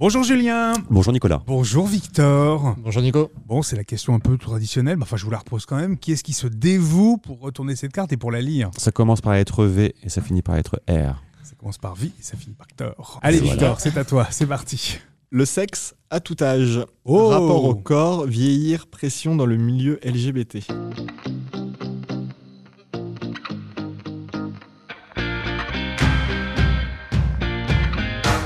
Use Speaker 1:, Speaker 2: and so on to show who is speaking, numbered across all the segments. Speaker 1: Bonjour Julien.
Speaker 2: Bonjour Nicolas.
Speaker 1: Bonjour Victor.
Speaker 3: Bonjour Nico.
Speaker 1: Bon, c'est la question un peu traditionnelle, mais enfin je vous la repose quand même. Qui est-ce qui se dévoue pour retourner cette carte et pour la lire
Speaker 2: Ça commence par la lettre V et ça finit par la lettre R.
Speaker 1: Ça commence par vie et ça finit par Thor. Allez
Speaker 2: voilà.
Speaker 1: Victor, c'est à toi, c'est parti.
Speaker 4: Le sexe à tout âge.
Speaker 1: Oh.
Speaker 4: Rapport au corps, vieillir, pression dans le milieu LGBT.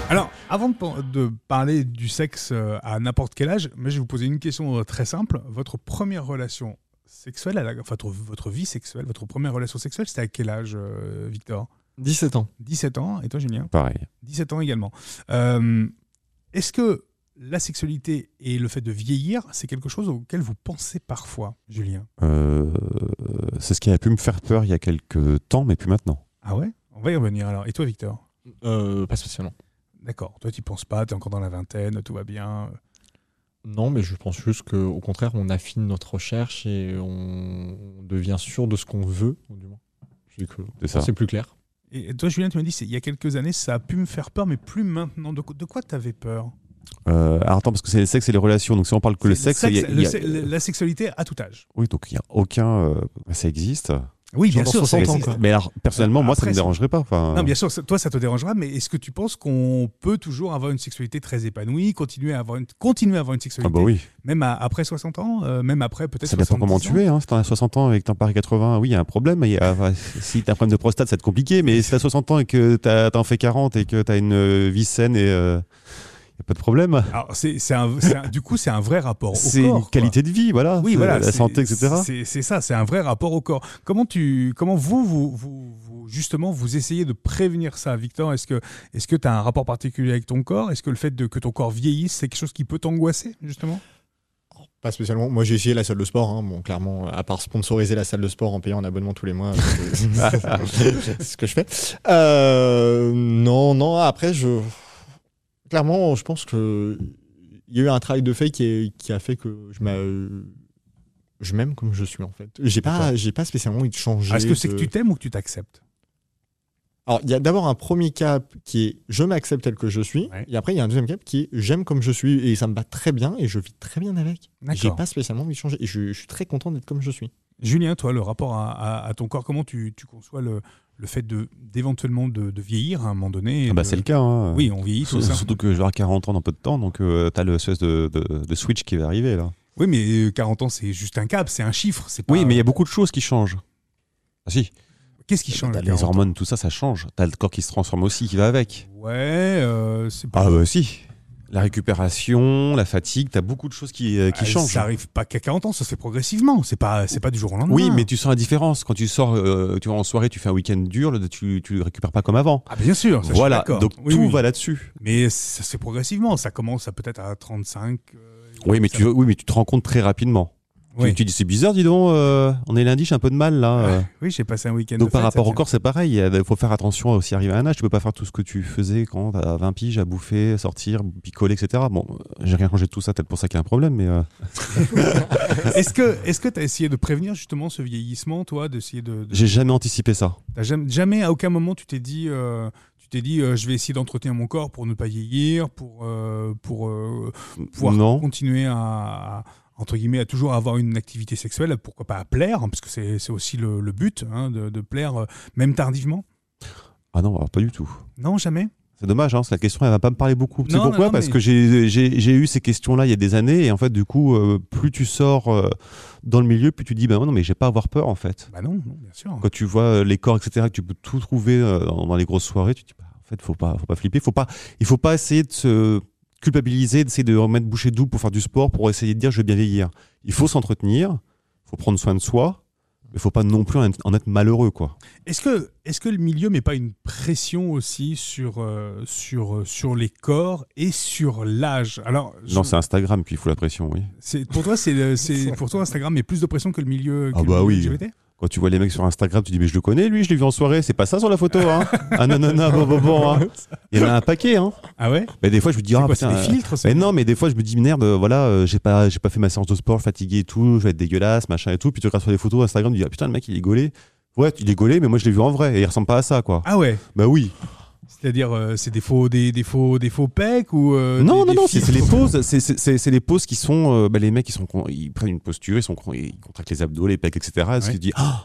Speaker 1: Alors, avant de, pan- de parler du sexe euh, à n'importe quel âge, mais je vais vous poser une question euh, très simple. Votre première relation sexuelle, à la- enfin votre- votre vie sexuelle, votre première relation sexuelle, c'était à quel âge, euh, Victor
Speaker 4: 17 ans.
Speaker 1: 17 ans, et toi Julien
Speaker 2: Pareil.
Speaker 1: 17 ans également. Euh, Est-ce que la sexualité et le fait de vieillir, c'est quelque chose auquel vous pensez parfois, Julien
Speaker 2: Euh, c'est ce qui a pu me faire peur il y a quelques temps, mais plus maintenant.
Speaker 1: Ah ouais On va y revenir alors. Et toi, Victor
Speaker 4: Euh, pas spécialement.
Speaker 1: D'accord, toi tu penses pas, t'es encore dans la vingtaine, tout va bien.
Speaker 4: Non, mais je pense juste qu'au contraire, on affine notre recherche et on, on devient sûr de ce qu'on veut, du moins. C'est que-
Speaker 2: C'est ça.
Speaker 4: C'est plus clair.
Speaker 1: Et toi, Julien, tu m'as dit, c'est- il y a quelques années, ça a pu me faire peur, mais plus maintenant. De, quoi- de quoi t'avais peur
Speaker 2: Euh, alors attends, parce que c'est le sexe et les relations, donc si on parle que le
Speaker 1: C'est
Speaker 2: sexe, il y a-
Speaker 1: le
Speaker 2: il y a-
Speaker 1: se- la sexualité à tout âge.
Speaker 2: oui, donc il n'y a aucun, euh, ça existe.
Speaker 1: Oui,
Speaker 4: bien sûr, ça existe.
Speaker 2: Mais alors personnellement, moi, ça
Speaker 1: Après,
Speaker 2: ne me
Speaker 1: c'est-
Speaker 2: dérangerait pas. Enfin,
Speaker 1: Non, bien sûr, ça- toi, ça te dérangera, mais est-ce que tu penses qu'on peut toujours avoir une sexualité très épanouie, continuer à avoir une, continuer à avoir une
Speaker 2: ah
Speaker 1: sexualité
Speaker 2: bah oui.
Speaker 1: Même à- après 60 ans, euh, même après peut-être.
Speaker 2: Ça dépend comment tu es. Hein. Si t'as 60 ans et que t'as Paris 80, oui, il y a un problème. Il y a- enfin, si t'as un problème de prostate, ça va être compliqué. Mais si t'as 60 ans et que t'as- t'en fais 40 et que t'as une euh, vie saine et euh, y a pas de problème.
Speaker 1: Alors c'est, c'est un- c'est un- du coup c'est un vrai rapport. au
Speaker 2: C'est
Speaker 1: corps,
Speaker 2: une
Speaker 1: quoi.
Speaker 2: qualité de vie, voilà.
Speaker 1: Oui
Speaker 2: C'est
Speaker 1: voilà.
Speaker 2: La
Speaker 1: c'est-
Speaker 2: santé, etc.
Speaker 1: C'est, c'est ça, c'est un vrai rapport au corps. Comment tu, comment vous, vous, vous, vous- justement vous essayez de prévenir ça, Victor Est-ce que, est-ce que tu as un rapport particulier avec ton corps Est-ce que le fait de, que ton corps vieillisse, c'est quelque chose qui peut t'angoisser justement
Speaker 5: Pas spécialement. Moi, j'ai essayé la salle de sport. hein. Bon, clairement, à part sponsoriser la salle de sport en payant un abonnement tous les mois, euh, c'est c'est ce que je fais. Euh, non, non. Après, je clairement, je pense que il y a eu un travail de fait qui, est- qui a fait que je m'a- je m'aime comme je suis en fait. J'ai pas, j'ai pas spécialement envie de changer.
Speaker 1: Ah, Est-ce que c'est
Speaker 5: de-
Speaker 1: que tu t'aimes ou que tu t'acceptes
Speaker 5: Alors, il y a d'abord un premier cap qui est je m'accepte tel que je suis.
Speaker 1: Ouais.
Speaker 5: Et après, il y a un deuxième cap qui est j'aime comme je suis et ça me bat très bien et je vis très bien avec.
Speaker 1: D'accord.
Speaker 5: J'ai pas spécialement envie de changer et je, je suis très content d'être comme je suis.
Speaker 1: Julien, toi, le rapport à, à- à ton corps, comment tu, tu conçois le, le fait de, d'éventuellement de, de vieillir à un moment donné et
Speaker 2: Ah bah,
Speaker 1: de-
Speaker 2: c'est le cas. hein.
Speaker 1: Oui, on vieillit tous. hein.
Speaker 2: Surtout que je vais avoir 40 ans dans peu de temps, donc euh, t'as le espèce de, de- de switch qui va arriver là.
Speaker 1: Oui, mais euh, 40 ans, c'est juste un cap, c'est un chiffre. C'est pas...
Speaker 2: Oui, mais il y a beaucoup de choses qui changent. Ah si,
Speaker 1: Qu'est-ce qui change
Speaker 2: t'as
Speaker 1: à
Speaker 2: les
Speaker 1: 40 ans
Speaker 2: hormones, tout ça, ça change. T'as le corps qui se transforme aussi, qui va avec.
Speaker 1: Ouais, euh, c'est pas.
Speaker 2: Ah bah si. La récupération, la fatigue, t'as beaucoup de choses qui, euh, qui
Speaker 1: Ah,
Speaker 2: changent.
Speaker 1: Ça arrive pas qu'à 40 ans, ça se fait progressivement. C'est pas, c'est pas du jour au lendemain.
Speaker 2: Oui, mais tu sens la différence. Quand tu sors, euh, tu vas en soirée, tu fais un week-end dur, le- tu, tu récupères pas comme avant.
Speaker 1: Ah, bien sûr. ça, je suis
Speaker 2: voilà,
Speaker 1: d'accord.
Speaker 2: donc
Speaker 1: Oui,
Speaker 2: tout
Speaker 1: oui.
Speaker 2: va là-dessus.
Speaker 1: Mais ça se fait progressivement. Ça commence à peut-être à 35. euh,
Speaker 2: Oui mais,
Speaker 1: ça-
Speaker 2: tu, veux- oui, mais tu te rends compte très rapidement. Tu-
Speaker 1: Oui,
Speaker 2: Tu, dis, c'est bizarre, dis donc, euh, on est lundi, j'ai un peu de mal là. euh.
Speaker 1: Oui, j'ai passé un week-end.
Speaker 2: Donc
Speaker 1: de
Speaker 2: par
Speaker 1: fête, ça
Speaker 2: rapport au
Speaker 1: tient.
Speaker 2: corps, c'est pareil. Il faut faire attention à aussi arriver à un âge. Tu peux pas faire tout ce que tu faisais quand t'as 20 piges à bouffer, à sortir, picoler, etc. Bon, euh, j'ai rien changé de tout ça. Peut-être pour ça qu'il y a un problème, mais euh,
Speaker 1: Est-ce que, est-ce que t'as essayé de prévenir justement ce vieillissement, toi, d'essayer de. de-
Speaker 2: j'ai jamais anticipé ça.
Speaker 1: T'as jamais, jamais, à aucun moment, tu t'es dit, euh, tu t'es dit, euh, je vais essayer d'entretenir mon corps pour ne pas vieillir, pour, euh, pour euh, pouvoir
Speaker 2: non.
Speaker 1: continuer à, à- entre guillemets, à toujours avoir une activité sexuelle, pourquoi pas à plaire, hein, parce que c'est c'est aussi le, le but hein, de, de plaire, euh, même tardivement.
Speaker 2: Ah non, alors, pas du tout.
Speaker 1: Non, jamais.
Speaker 2: C'est dommage, hein, c'est la question, elle va pas me parler beaucoup. C'est
Speaker 1: Non,
Speaker 2: pourquoi
Speaker 1: non, non,
Speaker 2: Parce
Speaker 1: mais-
Speaker 2: que j'ai- j'ai j'ai eu ces questions-là il y a des années, et en fait, du coup, euh, plus tu sors euh, dans le milieu, plus tu dis, bah non, mais j'ai pas à avoir peur, en fait.
Speaker 1: Bah non, non, bien sûr.
Speaker 2: Quand tu vois euh, les corps, etc., que tu peux tout trouver euh, dans dans les grosses soirées, tu te dis, bah, en fait, faut pas, faut pas flipper, faut pas, il faut pas essayer de se culpabiliser, d'essayer de remettre bouchée double pour faire du sport, pour essayer de dire, je vais bien vieillir. Il faut s'entretenir, faut prendre soin de soi, mais faut pas non plus en être- en être malheureux, quoi.
Speaker 1: Est-ce que, est que le milieu met pas une pression aussi sur, euh, sur, euh, sur les corps et sur l'âge Alors, je-
Speaker 2: Non, c'est Instagram qui fout la pression, oui.
Speaker 1: c'est- pour toi, c'est le- c'est pour toi Instagram met plus de pression que le milieu. que
Speaker 2: Ah
Speaker 1: le
Speaker 2: bah
Speaker 1: milieu
Speaker 2: oui.
Speaker 1: LGBT?
Speaker 2: Quand tu vois les mecs sur Instagram, tu dis mais je le connais lui, je l'ai vu en soirée, c'est pas ça sur la photo hein. Ah non non non bon bon bon. hein. Il y en a un paquet hein.
Speaker 1: Ah ouais
Speaker 2: Mais des fois je me dis ah
Speaker 1: C'est quoi, c'est
Speaker 2: putain.
Speaker 1: des
Speaker 2: euh,
Speaker 1: filtres ça
Speaker 2: mais non mais des fois je me dis merde euh, voilà euh, j'ai pas j'ai pas fait ma séance de sport fatigué et tout, je vais être dégueulasse machin et tout. Puis tu regardes sur les photos Instagram, tu dis ah putain le mec il est gaulé. Ouais il est gaulé mais moi je l'ai vu en vrai et il ressemble pas à ça quoi.
Speaker 1: Ah ouais
Speaker 2: Bah oui.
Speaker 1: C'est-à-dire, euh, c'est des faux, des, des faux, des faux pecs ou euh, des-
Speaker 2: non, non,
Speaker 1: des
Speaker 2: non, c'est c'est les
Speaker 1: filtres
Speaker 2: poses. c'est- C'est c'est- c'est les poses qui sont. euh, bah, les mecs, ils, sont, con- ils prennent une posture, ils, sont, con- ils contractent les abdos, les pecs, etc. Parce
Speaker 1: Ouais.
Speaker 2: qu'ils disent Ah,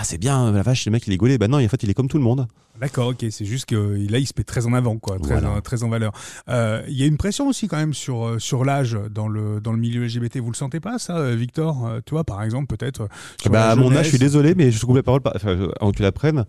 Speaker 2: ah, c'est bien, la vache, le mec, il est gaulé. Bah non, en fait, il est comme tout le monde.
Speaker 1: D'accord, ok, c'est juste que euh, là, il se met très en avant, quoi, très,
Speaker 2: Voilà.
Speaker 1: en, très en valeur. Euh, Il y a une pression aussi quand même sur, euh, sur l'âge dans le, dans le milieu LGBT. Vous le sentez pas, ça, euh, Victor Euh, Toi, par exemple, peut-être euh, sur
Speaker 2: Bah,
Speaker 1: la
Speaker 2: à mon âge, je suis
Speaker 1: jeunesse
Speaker 2: désolé, mais je te coupe la parole par- enfin, euh, avant que tu la prennes.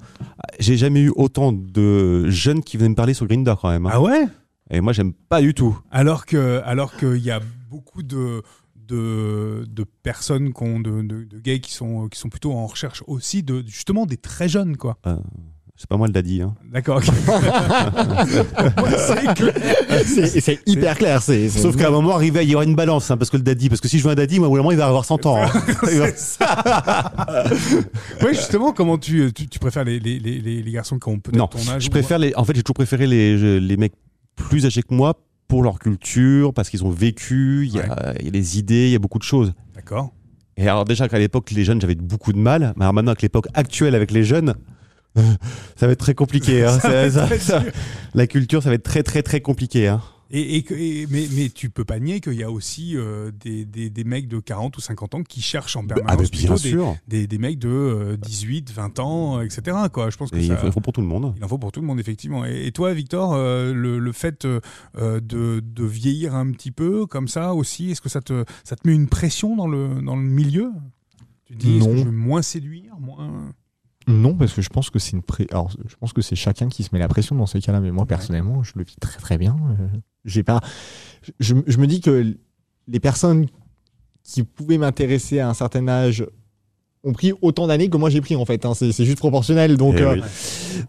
Speaker 2: J'ai jamais eu autant de jeunes qui venaient me parler sur Grindr quand même. hein.
Speaker 1: Ah ouais
Speaker 2: Et moi, j'aime pas du tout.
Speaker 1: Alors que alors qu'il y a beaucoup de de, de personnes qu'on de, de, de gays qui sont qui sont plutôt en recherche aussi de justement des très jeunes quoi.
Speaker 2: C'est pas moi le daddy. Hein.
Speaker 1: D'accord. ok. Ouais, c'est clair.
Speaker 5: Ah,
Speaker 6: C'est- et c'est hyper clair. c'est c'est-
Speaker 2: Sauf qu'à un moment, arrivé, il y aura une balance, hein, parce que le daddy, parce que si je veux un daddy, moi, au bout d'un moment, il va avoir 100 ans. hein. Il va-
Speaker 1: Ouais, justement comment tu, tu, tu préfères les, les, les, les les garçons qui ont peut-être
Speaker 2: Non,
Speaker 1: ton âge
Speaker 2: je
Speaker 1: ou-
Speaker 2: préfère les. En fait, j'ai toujours préféré les, les mecs plus âgés que moi pour leur culture, parce qu'ils ont vécu, il y, a il y a les idées, il y a beaucoup de choses.
Speaker 1: D'accord.
Speaker 2: Et alors déjà qu'à l'époque, les jeunes, j'avais beaucoup de mal. Mais alors maintenant, avec l'époque actuelle, avec les jeunes, ça va être très compliqué. hein. Ça- ça- ça- la culture, ça va être très très très compliqué. hein.
Speaker 1: Et, et, que- et- mais, mais tu peux pas nier qu'il y a aussi euh, des, des, des mecs de 40 ou 50 ans qui cherchent en permanence
Speaker 2: Ah, mais bien
Speaker 1: plutôt des,
Speaker 2: sûr.
Speaker 1: des, des mecs de euh, 18, 20 ans, euh, etc. Quoi. Je pense que
Speaker 2: Et
Speaker 1: ça-
Speaker 2: il faut, il faut pour tout le monde.
Speaker 1: Il en faut pour tout le monde, effectivement. Et, et toi, Victor, euh, le, le fait euh, euh, de, de vieillir un petit peu comme ça aussi, est-ce que ça te, ça te met une pression dans le, dans le milieu Tu te dis, est-ce que
Speaker 5: Non.
Speaker 1: je veux moins séduire moins...
Speaker 5: Non, parce que je pense que c'est une pré- Alors, je pense que c'est chacun qui se met la pression dans ces cas-là, mais moi,
Speaker 1: Ouais.
Speaker 5: personnellement, je le vis très très bien. Euh, J'ai pas. Je, je me dis que les personnes qui pouvaient m'intéresser à un certain âge ont pris autant d'années que moi j'ai pris en fait. hein. C'est c'est juste proportionnel. Donc,
Speaker 2: Eh
Speaker 5: euh,
Speaker 2: oui.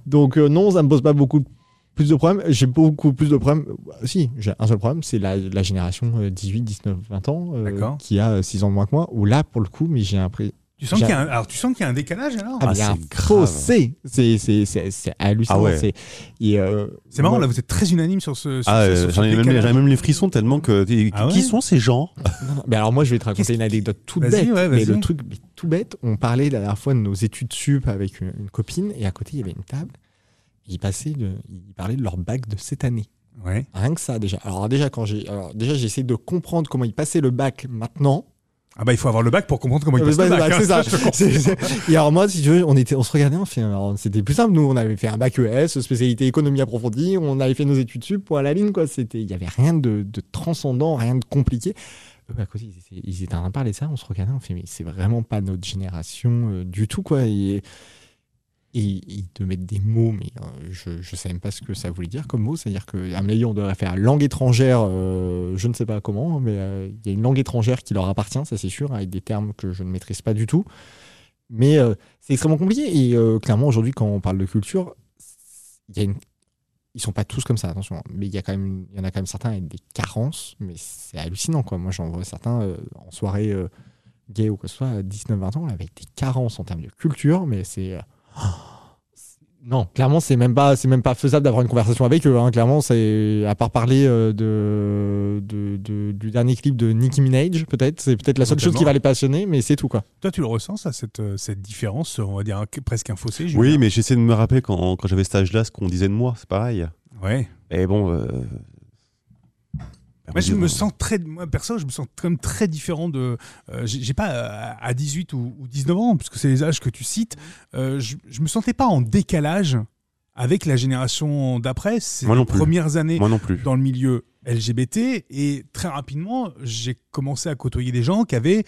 Speaker 5: donc euh, non, ça me pose pas beaucoup plus de problèmes. J'ai beaucoup plus de problèmes. Bah, Si, j'ai un seul problème, c'est la, la génération euh, 18, 19, 20 ans euh,
Speaker 1: D'accord.
Speaker 5: qui a 6 ans de moins que moi. Où là, pour le coup, mais j'ai un pré-
Speaker 1: Tu sens qu'il y,
Speaker 5: J'ai-
Speaker 1: a un- alors, tu sens qu'il y a un décalage alors
Speaker 5: ah,
Speaker 2: Ah,
Speaker 5: mais il y a
Speaker 2: c'est
Speaker 5: un
Speaker 2: grave.
Speaker 5: fossé. C'est c'est- c'est- c'est hallucinant.
Speaker 2: Ah ouais.
Speaker 5: c'est- et, euh,
Speaker 1: C'est marrant,
Speaker 5: moi-
Speaker 1: là, vous êtes très unanime sur ce. sur
Speaker 2: Ah,
Speaker 1: ce-
Speaker 2: euh,
Speaker 1: sur ce
Speaker 2: J'en ai, même-
Speaker 1: décalage.
Speaker 2: j'en ai même les frissons tellement que.
Speaker 1: Ah
Speaker 2: qui
Speaker 1: ouais
Speaker 2: sont ces gens
Speaker 5: Mais alors, moi, je vais te raconter
Speaker 1: Qu'est-ce
Speaker 5: une anecdote toute
Speaker 1: Vas-y,
Speaker 5: bête.
Speaker 1: ouais, vas-y.
Speaker 5: mais le truc mais tout bête, on parlait la dernière fois de nos études sup avec une, une copine, et à côté, il y avait une table. Ils, passaient de, ils parlaient de leur bac de cette année.
Speaker 1: Ouais.
Speaker 5: Rien que ça, déjà. Alors, déjà, quand j'ai alors, déjà, j'ai essayé de comprendre comment ils passaient le bac maintenant.
Speaker 1: Ah, bah, il faut avoir le bac pour comprendre comment il
Speaker 5: Euh,
Speaker 1: passe
Speaker 5: bah,
Speaker 1: le bac.
Speaker 5: bah,
Speaker 1: hein,
Speaker 5: c'est ça.
Speaker 1: je te comprends.
Speaker 5: C'est- c'est- Et alors moi, si tu veux, on était, on se regardait, on fait, alors, c'était plus simple. Nous, on avait fait un bac ES, spécialité économie approfondie, on avait fait nos études sup, point à la ligne, quoi. C'était, il y avait rien de, de transcendant, rien de compliqué. Eux, à côté, ils étaient, ils étaient en train de parler de ça, on se regardait, on fait, mais c'est vraiment pas notre génération euh, du tout, quoi. Et, et ils te mettent des mots, mais euh, je ne sais même pas ce que ça voulait dire comme mot. C'est-à-dire qu'à mon avis, on devrait faire langue étrangère, euh, je ne sais pas comment, mais euh, il y a une langue étrangère qui leur appartient, ça c'est sûr, avec des termes que je ne maîtrise pas du tout. Mais euh, c'est extrêmement compliqué. Et euh, clairement, aujourd'hui, quand on parle de culture, il y a une... ils sont pas tous comme ça, attention. hein. Mais il y, a quand même... il y en a quand même certains avec des carences, mais c'est hallucinant. Quoi. Moi, j'en vois certains euh, en soirée euh, gay ou quoi que ce soit, à 19-20 ans, avec des carences en termes de culture, mais c'est. euh, Non, clairement, c'est même pas, c'est même pas faisable d'avoir une conversation avec eux. hein. Clairement, c'est à part parler euh, de, de- de- du dernier clip de Nicki Minaj, peut-être, c'est peut-être la seule chose
Speaker 1: Notamment.
Speaker 5: qui va les passionner, mais c'est tout quoi.
Speaker 1: Toi, tu le ressens, ça, cette, euh, cette différence, on va dire un- presque un fossé.
Speaker 2: Oui,
Speaker 1: Julien
Speaker 2: mais j'essaie de me rappeler quand, quand j'avais cet âge-là, ce qu'on disait de moi, c'est pareil.
Speaker 1: Ouais.
Speaker 2: Et bon. euh,
Speaker 1: Moi, je
Speaker 2: bon,
Speaker 1: me sens très, moi perso, je me sens quand même très différent de. euh, j'ai j'ai pas euh, à 18 ou, ou 19 ans, puisque c'est les âges que tu cites. euh, je, je me sentais pas en décalage avec la génération d'après, ces
Speaker 2: Moi non plus.
Speaker 1: premières années
Speaker 2: Moi non plus.
Speaker 1: dans le milieu LGBT. Et très rapidement, j'ai commencé à côtoyer des gens qui avaient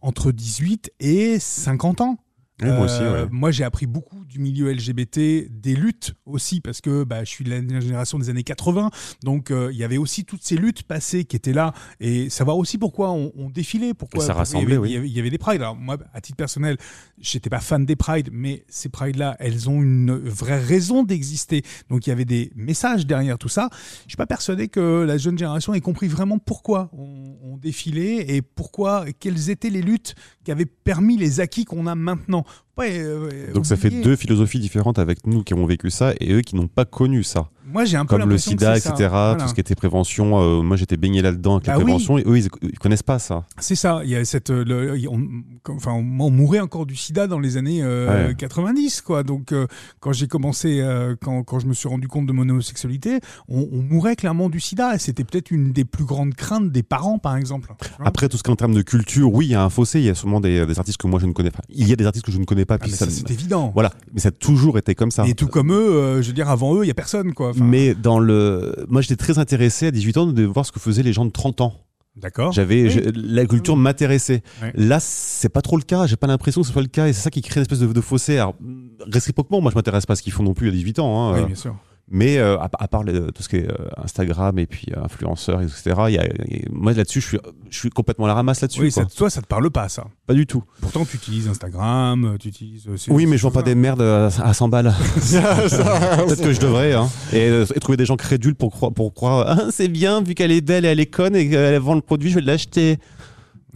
Speaker 1: entre 18 et 50 ans.
Speaker 2: Ouais, moi aussi,
Speaker 1: Euh,
Speaker 2: ouais.
Speaker 1: moi, j'ai appris beaucoup du milieu LGBT, des luttes aussi, parce que bah, je suis de la génération des années 80, donc euh, il y avait aussi toutes ces luttes passées qui étaient là, et savoir aussi pourquoi on, on défilait, pourquoi
Speaker 2: Ça
Speaker 1: pourquoi il y avait-
Speaker 2: rassemblait, oui.
Speaker 1: il y, avait, il y avait des prides. Alors moi, à titre personnel, j'étais pas fan des prides, mais ces prides-là, elles ont une vraie raison d'exister, donc il y avait des messages derrière tout ça. Je suis pas persuadé que la jeune génération ait compris vraiment pourquoi on, on défilait et pourquoi, quelles étaient les luttes qui avaient permis les acquis qu'on a maintenant. Ouais, euh,
Speaker 2: Donc ça fait
Speaker 1: oublier.
Speaker 2: deux philosophies différentes avec nous qui avons vécu ça et eux qui n'ont pas connu ça.
Speaker 1: Moi, j'ai un peu
Speaker 2: Comme le
Speaker 1: l'impression que
Speaker 2: sida,
Speaker 1: c'est ça.
Speaker 2: etc.,
Speaker 1: Voilà.
Speaker 2: tout ce qui était prévention. euh, moi, j'étais baigné là-dedans avec
Speaker 1: Bah
Speaker 2: la
Speaker 1: oui. Ah
Speaker 2: prévention, et eux, ils, ils connaissent pas ça.
Speaker 1: C'est ça. Il y a cette, euh, le- il- on, comme- enfin, on- moi, on mourait encore du sida dans les années euh,
Speaker 2: Ouais.
Speaker 1: 90, quoi. Donc, euh, quand j'ai commencé, euh, quand, quand je me suis rendu compte de mon homosexualité, on, on mourait clairement du sida. Et c'était peut-être une des plus grandes craintes des parents, par exemple. Tu vois
Speaker 2: Après, tout ce qui est en termes de culture, oui, il y a un fossé. Il y a sûrement des, des artistes que moi je ne connais pas. Il y a des artistes que je ne connais pas.
Speaker 1: Ah,
Speaker 2: puis
Speaker 1: mais
Speaker 2: ça
Speaker 1: ça,
Speaker 2: me-
Speaker 1: c'est évident.
Speaker 2: voilà, mais ça a toujours été comme ça.
Speaker 1: Et tout comme eux, euh, je veux dire, avant eux, il y a personne, quoi. Enfin,
Speaker 2: Mais dans le, moi j'étais très intéressé à 18 ans de voir ce que faisaient les gens de 30 ans.
Speaker 1: D'accord.
Speaker 2: J'avais
Speaker 1: Oui.
Speaker 2: j'ai- la culture m'intéressait.
Speaker 1: Ouais.
Speaker 2: Là, c'est pas trop le cas. J'ai pas l'impression que ce soit le cas, et c'est ça qui crée une espèce de, de fossé. Alors, réciproquement, moi je m'intéresse pas à ce qu'ils font non plus à 18 ans. hein.
Speaker 1: Oui, bien sûr.
Speaker 2: Mais euh, à, à part le- tout ce qui est euh, Instagram et puis euh, influenceurs, etc. il y a- il y a- moi là-dessus, je suis, je suis complètement à la ramasse là-dessus.
Speaker 1: Oui,
Speaker 2: quoi.
Speaker 1: ça, toi, ça te parle pas, ça.
Speaker 2: Pas du tout.
Speaker 1: Pourtant, tu utilises Instagram, euh, tu utilises. euh, ces-
Speaker 2: Oui, mais
Speaker 1: ces
Speaker 2: je vends pas
Speaker 1: choses-là.
Speaker 2: des merdes à, à 100 balles.
Speaker 5: Ça, ça,
Speaker 2: Peut-être que je devrais. hein. Et, euh, et trouver des gens crédules pour croire, pour croire Ah, c'est bien, vu qu'elle est belle et elle est conne et qu'elle vend le produit, je vais l'acheter.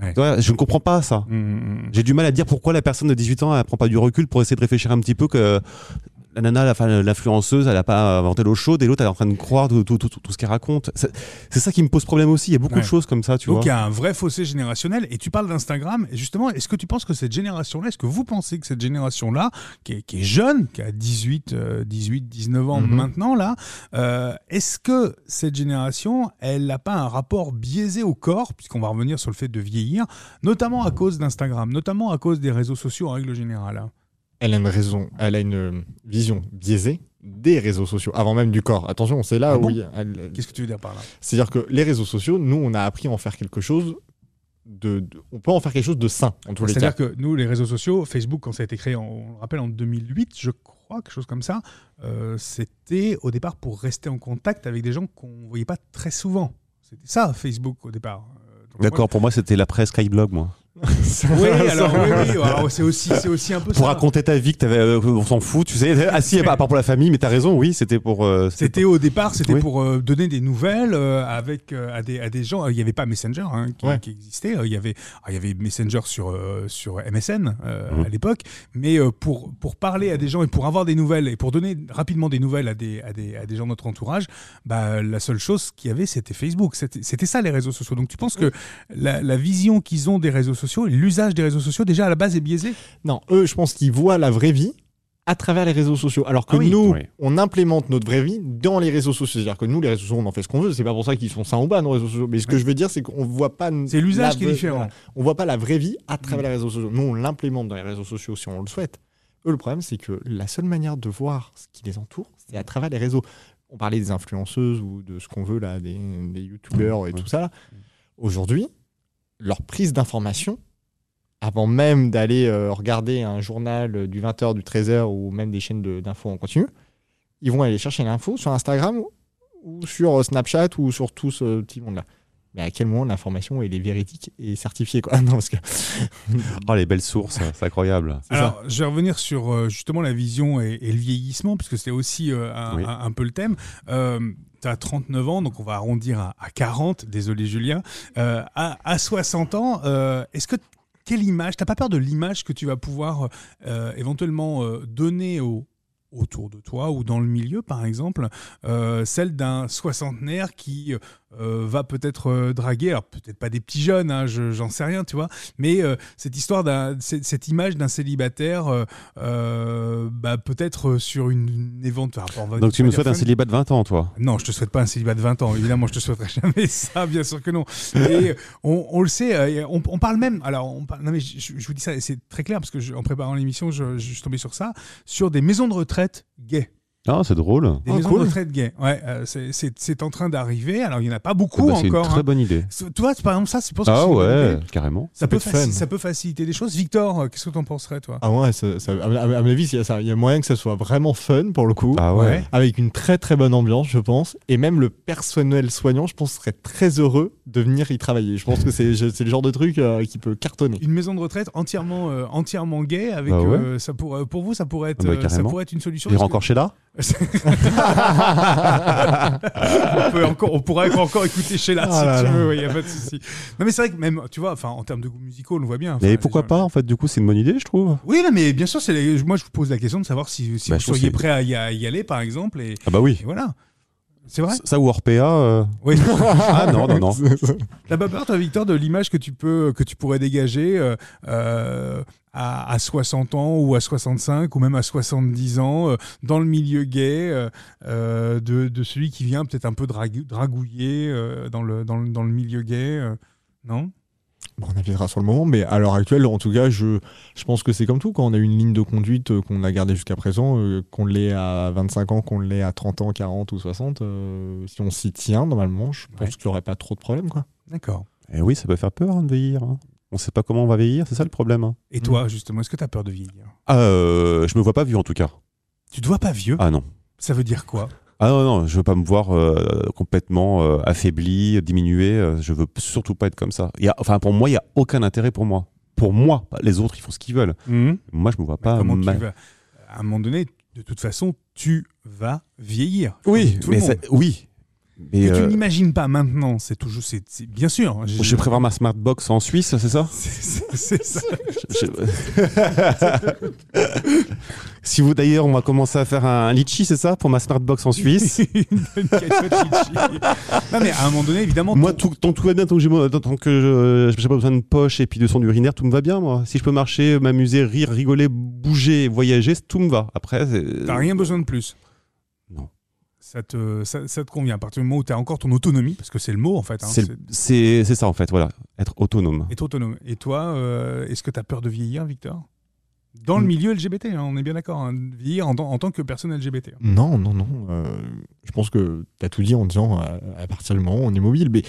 Speaker 1: Ouais.
Speaker 2: Tu vois, je ne comprends pas ça.
Speaker 1: Mm, mm,
Speaker 2: J'ai du mal à dire pourquoi la personne de 18 ans elle prend pas du recul pour essayer de réfléchir un petit peu que la nana, la- enfin, l'influenceuse, elle a pas inventé l'eau chaude et l'autre elle est en train de croire tout, tout, tout, tout ce qu'elle raconte. C'est c'est ça qui me pose problème aussi. Il y a beaucoup
Speaker 1: Ouais.
Speaker 2: de choses comme ça, tu
Speaker 1: Donc il y
Speaker 2: vois.
Speaker 1: a un vrai fossé générationnel et tu parles d'Instagram et justement est-ce que tu penses que cette génération-là, est-ce que vous pensez que cette génération-là, qui est, qui est jeune, qui a 18, euh, 18 19 ans
Speaker 5: Mhm.
Speaker 1: maintenant là, euh, est-ce que cette génération, elle n'a pas un rapport biaisé au corps, puisqu'on va revenir sur le fait de vieillir, notamment à cause d'Instagram, notamment à cause des réseaux sociaux en règle générale hein.
Speaker 5: Elle a une raison, elle a une euh, vision biaisée des réseaux sociaux, avant même du corps. Attention, c'est là
Speaker 1: Ah
Speaker 5: où
Speaker 1: bon
Speaker 5: il y a- elle-
Speaker 1: Qu'est-ce que tu veux dire par là
Speaker 5: C'est-à-dire que les réseaux sociaux, nous, on a appris à en faire quelque chose. De, de- on peut en faire quelque chose de sain en tous les cas.
Speaker 1: C'est-à-dire que nous, les réseaux sociaux, Facebook, quand ça a été créé, on le rappelle en 2008, je crois, quelque chose comme ça, euh, c'était au départ pour rester en contact avec des gens qu'on ne voyait pas très souvent. C'était ça, Facebook, au départ. Euh, donc,
Speaker 2: D'accord, pour moi c'était la presse Skyblog, moi.
Speaker 1: moi- Oui, alors, oui, oui, alors, c'est aussi, c'est aussi un peu ça.
Speaker 2: Pour raconter ta vie, que t'avais- euh, on s'en fout, tu sais. Ah si, à part pour la famille, mais t'as raison, oui, c'était pour. euh,
Speaker 1: C'était au départ, c'était
Speaker 2: Oui.
Speaker 1: pour euh, donner des nouvelles euh, avec euh, à, des, à des gens. Il n'y avait pas Messenger hein, qui,
Speaker 5: Ouais.
Speaker 1: qui existait. Euh, Il y avait ah, il y avait Messenger sur euh, sur MSN euh,
Speaker 2: Mhm.
Speaker 1: à l'époque, mais euh, pour pour parler à des gens et pour avoir des nouvelles et pour donner rapidement des nouvelles à des à des, à des gens de notre entourage, bah la seule chose qu'il y avait c'était Facebook. C'était c'était ça les réseaux sociaux. Donc tu penses que la, la vision qu'ils ont des réseaux sociaux, et l'usage des réseaux sociaux déjà à la base est biaisé
Speaker 5: Non, eux, je pense qu'ils voient la vraie vie à travers les réseaux sociaux. Alors que
Speaker 1: Ah oui.
Speaker 5: nous,
Speaker 2: Oui.
Speaker 5: on implémente notre vraie vie dans les réseaux sociaux. C'est-à-dire que nous, les réseaux sociaux, on en fait ce qu'on veut. C'est pas pour ça qu'ils sont sains ou pas, nos réseaux sociaux. Mais ce que je veux dire, c'est qu'on voit pas.
Speaker 1: C'est l'usage
Speaker 5: la
Speaker 1: qui est
Speaker 5: vraie-
Speaker 1: différent.
Speaker 5: voilà. On voit pas la vraie vie à travers les réseaux sociaux. Nous, on l'implémente dans les réseaux sociaux si on le souhaite. Eux, le problème, c'est que la seule manière de voir ce qui les entoure, c'est à travers les réseaux. On parlait des influenceuses ou de ce qu'on veut, là, des, des youtubeurs et tout ça. là. Aujourd'hui, leur prise d'information, avant même d'aller euh, regarder un journal euh, du 20h, du 13h ou même des chaînes de- d'infos en continu, ils vont aller chercher l'info sur Instagram ou- ou sur euh, Snapchat ou sur tout ce petit monde-là. Mais à quel moment l'information elle est véridique et certifiée quoi Non, parce que
Speaker 2: Oh, les belles sources, c'est incroyable.
Speaker 5: C'est ça.
Speaker 1: Alors, je vais revenir sur euh, justement la vision et, et le vieillissement, puisque c'était aussi euh, un,
Speaker 2: Oui.
Speaker 1: un- un peu le thème. Euh, tu as 39 ans, donc on va arrondir à, à 40, désolé Julien. Euh, à, à 60 ans, euh, est-ce que quelle image, t'as pas peur de l'image que tu vas pouvoir euh, éventuellement euh, donner au- autour de toi ou dans le milieu par exemple, euh, celle d'un soixantenaire qui euh, va peut-être euh, draguer, alors peut-être pas des petits jeunes, hein, je- j'en sais rien, tu vois, mais euh, cette histoire, d'un- cette cette image d'un célibataire, euh, euh, bah, peut-être sur une, une évente- enfin, on va
Speaker 2: Donc tu me
Speaker 1: pas dire
Speaker 2: souhaites un
Speaker 1: fun.
Speaker 2: célibat de 20 ans, toi
Speaker 1: Non, je te souhaite pas un célibat de 20 ans. Évidemment, je te souhaiterais jamais ça, bien sûr que non. Et euh, on, on le sait, euh, on, on parle même. Alors, on parle, non mais je, je vous dis ça, et c'est très clair parce que je- en préparant l'émission, je, je suis tombé sur ça, sur des maisons de retraite gays,
Speaker 2: Ah, c'est drôle.
Speaker 1: des
Speaker 5: Oh,
Speaker 1: maisons
Speaker 5: cool.
Speaker 1: de retraite gays. Ouais, euh, c'est- c'est c'est en train d'arrives. Alors, il y en a pas
Speaker 2: Eh
Speaker 1: beaucoup
Speaker 2: ben, c'est une
Speaker 1: encore.
Speaker 2: très
Speaker 1: hein.
Speaker 2: bonne idée.
Speaker 1: C'est- Toi, par exemple, ça, c'est pour
Speaker 2: Ah ouais, carrément.
Speaker 1: Ça, peut
Speaker 5: peut être
Speaker 1: faci-
Speaker 5: fun.
Speaker 1: ça peut faciliter des choses. Victor, euh, qu'est-ce que t'en penserais, toi
Speaker 5: ah ouais, ça- ça- à, à mon avis, il y, a ça- il y a moyen que ça soit vraiment fun pour le coup,
Speaker 2: Ah
Speaker 1: Ouais.
Speaker 2: ouais.
Speaker 5: avec une très très bonne ambiance, je pense, et même le personnel soignant, je pense, serait très heureux de venir y travailler. Je pense que c'est je- c'est le genre de truc euh, qui peut cartonner.
Speaker 1: Une maison de retraite entièrement, euh, entièrement gay, avec
Speaker 2: Bah ouais.
Speaker 1: euh, ça pour, euh, pour vous, ça pourrait être,
Speaker 2: Ah bah,
Speaker 1: euh, ça
Speaker 2: carrément.
Speaker 1: pourrait être une solution.
Speaker 2: J'irai
Speaker 1: parce que-
Speaker 2: encore chez là
Speaker 1: on, peut encore, on pourrait encore écouter Sheila
Speaker 5: Ah là
Speaker 1: si tu
Speaker 5: là.
Speaker 1: veux, il n'y a pas de souci. Non, mais c'est vrai que même, tu vois, enfin, en termes de goût musicaux, on le voit bien. Enfin,
Speaker 2: Mais pourquoi
Speaker 1: les gens-
Speaker 2: pas, en fait, du coup, c'est une bonne idée, je trouve.
Speaker 1: Oui, non, mais bien sûr, c'est les- moi je vous pose la question de savoir si, si
Speaker 2: Bah,
Speaker 1: vous
Speaker 2: je trouve
Speaker 1: seriez
Speaker 2: que c'est-
Speaker 1: prêt à y, à y aller, par exemple, et,
Speaker 2: Ah bah oui.
Speaker 1: et voilà. C'est vrai
Speaker 2: Ça ou Orpea euh,
Speaker 1: Oui.
Speaker 2: Ah non, non, non.
Speaker 1: La babarde, toi, Victor, de l'image que tu peux, que tu pourrais dégager euh, euh, à, à 60 ans ou à 65 ou même à 70 ans euh, dans le milieu gay euh, euh, de, de celui qui vient peut-être un peu dragu- dragouiller euh, dans, le, dans, le, dans le milieu gay, euh, non
Speaker 5: Bon, on avisera sur le moment, mais à l'heure actuelle, en tout cas, je, je pense que c'est comme tout. Quand on a une ligne de conduite euh, qu'on a gardée jusqu'à présent, euh, qu'on l'ait à 25 ans, qu'on l'ait à 30 ans, 40 ou 60, euh, si on s'y tient, normalement, je pense
Speaker 1: Ouais.
Speaker 5: qu'il n'y aurait pas trop de problèmes. Quoi.
Speaker 1: D'accord.
Speaker 2: Eh oui, ça peut faire peur hein, de vieillir. hein. On sait pas comment on va vieillir, c'est ça le problème. hein.
Speaker 1: Et toi, justement, est-ce que tu as peur de vieillir
Speaker 2: Ah, euh, je me vois pas vieux en tout cas.
Speaker 1: Tu te vois pas vieux
Speaker 2: Ah non.
Speaker 1: Ça veut dire quoi
Speaker 2: Ah non, non, je veux pas me voir euh, complètement euh, affaibli, diminué. euh, je veux surtout pas être comme ça. Il Y a, enfin, pour moi, il y a aucun intérêt pour moi. Pour moi, les autres, ils font ce qu'ils veulent. Moi, je me vois Mm. pas.
Speaker 1: Bah, Comment tu
Speaker 2: mal-
Speaker 1: vas À un moment donné, de toute façon, tu vas vieillir.
Speaker 2: Oui,
Speaker 1: Comme tout le
Speaker 2: mais ça-
Speaker 1: monde.
Speaker 2: oui. Mais
Speaker 1: que tu
Speaker 2: euh,
Speaker 1: n'imagines pas maintenant, c'est toujours, c'est c'est- bien sûr. hein, j'ai-
Speaker 2: je vais prévoir ma smartbox en Suisse, c'est ça
Speaker 1: C'est- C'est ça.
Speaker 2: Je- Si vous d'ailleurs, on va commencer à faire un litchi, c'est ça, pour ma smartbox en Suisse.
Speaker 1: Une cacahuète litchi. non mais à un moment donné, évidemment,
Speaker 2: Moi,
Speaker 1: ton-
Speaker 2: tout, tant que tout va bien, tant que, j'ai mon- tant- tant que je n'ai pas besoin de poche et puis de son urinaire, tout me va bien, moi. Si je peux marcher, m'amuser, rire, rigoler, bouger, voyager, tout me va. Après, c'est-
Speaker 1: t'as rien besoin de plus.
Speaker 2: Non.
Speaker 1: Ça te, ça, ça te convient. À partir du moment où tu as encore ton autonomie, parce que c'est le mot en fait. hein,
Speaker 2: c'est le- c'est c'est ça en fait, voilà, être autonome.
Speaker 1: c'est- être autonome. Et toi, euh, est-ce que tu as peur de vieillir, Victor Dans
Speaker 5: Mm.
Speaker 1: le milieu LGBT, hein, on est bien d'accord. hein, vieillir en, tant- en tant que personne LGBT.
Speaker 5: Non, non, non. euh, je pense que tu as tout dit en disant euh, à partir du moment où on est mobile, mais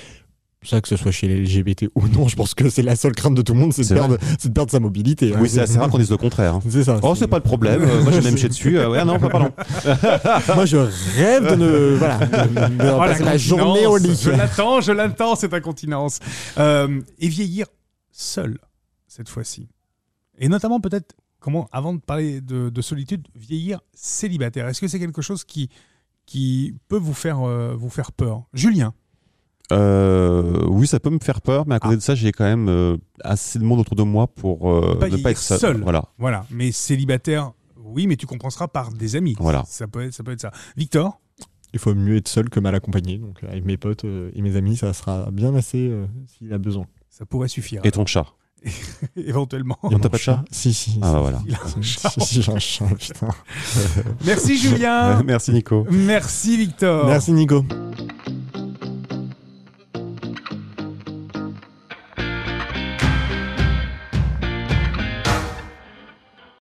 Speaker 5: ça, que ce soit chez les LGBT ou non, je pense que c'est la seule crainte de tout le monde, c'est de,
Speaker 2: C'est vrai.
Speaker 5: perdre- c'est de perdre sa mobilité. hein.
Speaker 2: Oui, c'est assez rare qu'on dise le contraire. hein.
Speaker 5: C'est ça.
Speaker 2: Oh, c'est pas le problème. euh, moi, j'ai même chez dessus. euh, ouais, non, pas pardon.
Speaker 5: Moi, je rêve de ne. Voilà. de- de
Speaker 1: Oh,
Speaker 5: passer la journée au lit.
Speaker 1: l'incontinence. Je l'attends, je l'attends, cette incontinence. Euh, et vieillir seul, cette fois-ci. Et notamment, peut-être, comment, avant de parler de, de solitude, vieillir célibataire. Est-ce que c'est quelque chose qui, qui peut vous faire, euh, vous faire peur Julien,
Speaker 2: Euh, oui, ça peut me faire peur, mais à côté de ça, j'ai quand même euh, assez de monde autour de moi pour euh,
Speaker 1: Pas
Speaker 2: ne
Speaker 1: vieillir
Speaker 2: pas être seul.
Speaker 1: seul.
Speaker 2: Voilà,
Speaker 1: voilà. Mais célibataire, oui, mais tu compenseras par des amis.
Speaker 2: voilà.
Speaker 1: Ça peut, être, ça peut être ça. Victor
Speaker 5: Il faut mieux être seul que mal accompagné. Donc, avec mes potes euh, et mes amis, ça sera bien assez euh, s'il a besoin.
Speaker 1: ça pourrait suffire,
Speaker 2: Et ton chat
Speaker 1: éventuellement.
Speaker 5: Et
Speaker 2: t'as
Speaker 5: mon
Speaker 2: pas de chat
Speaker 5: Si, si.
Speaker 2: Ah bah voilà.
Speaker 1: Il a un chat.
Speaker 5: si, si, j'ai un chat, putain.
Speaker 1: Merci Julien
Speaker 2: Merci Nico.
Speaker 1: Merci Victor
Speaker 5: Oh. Merci, Nico.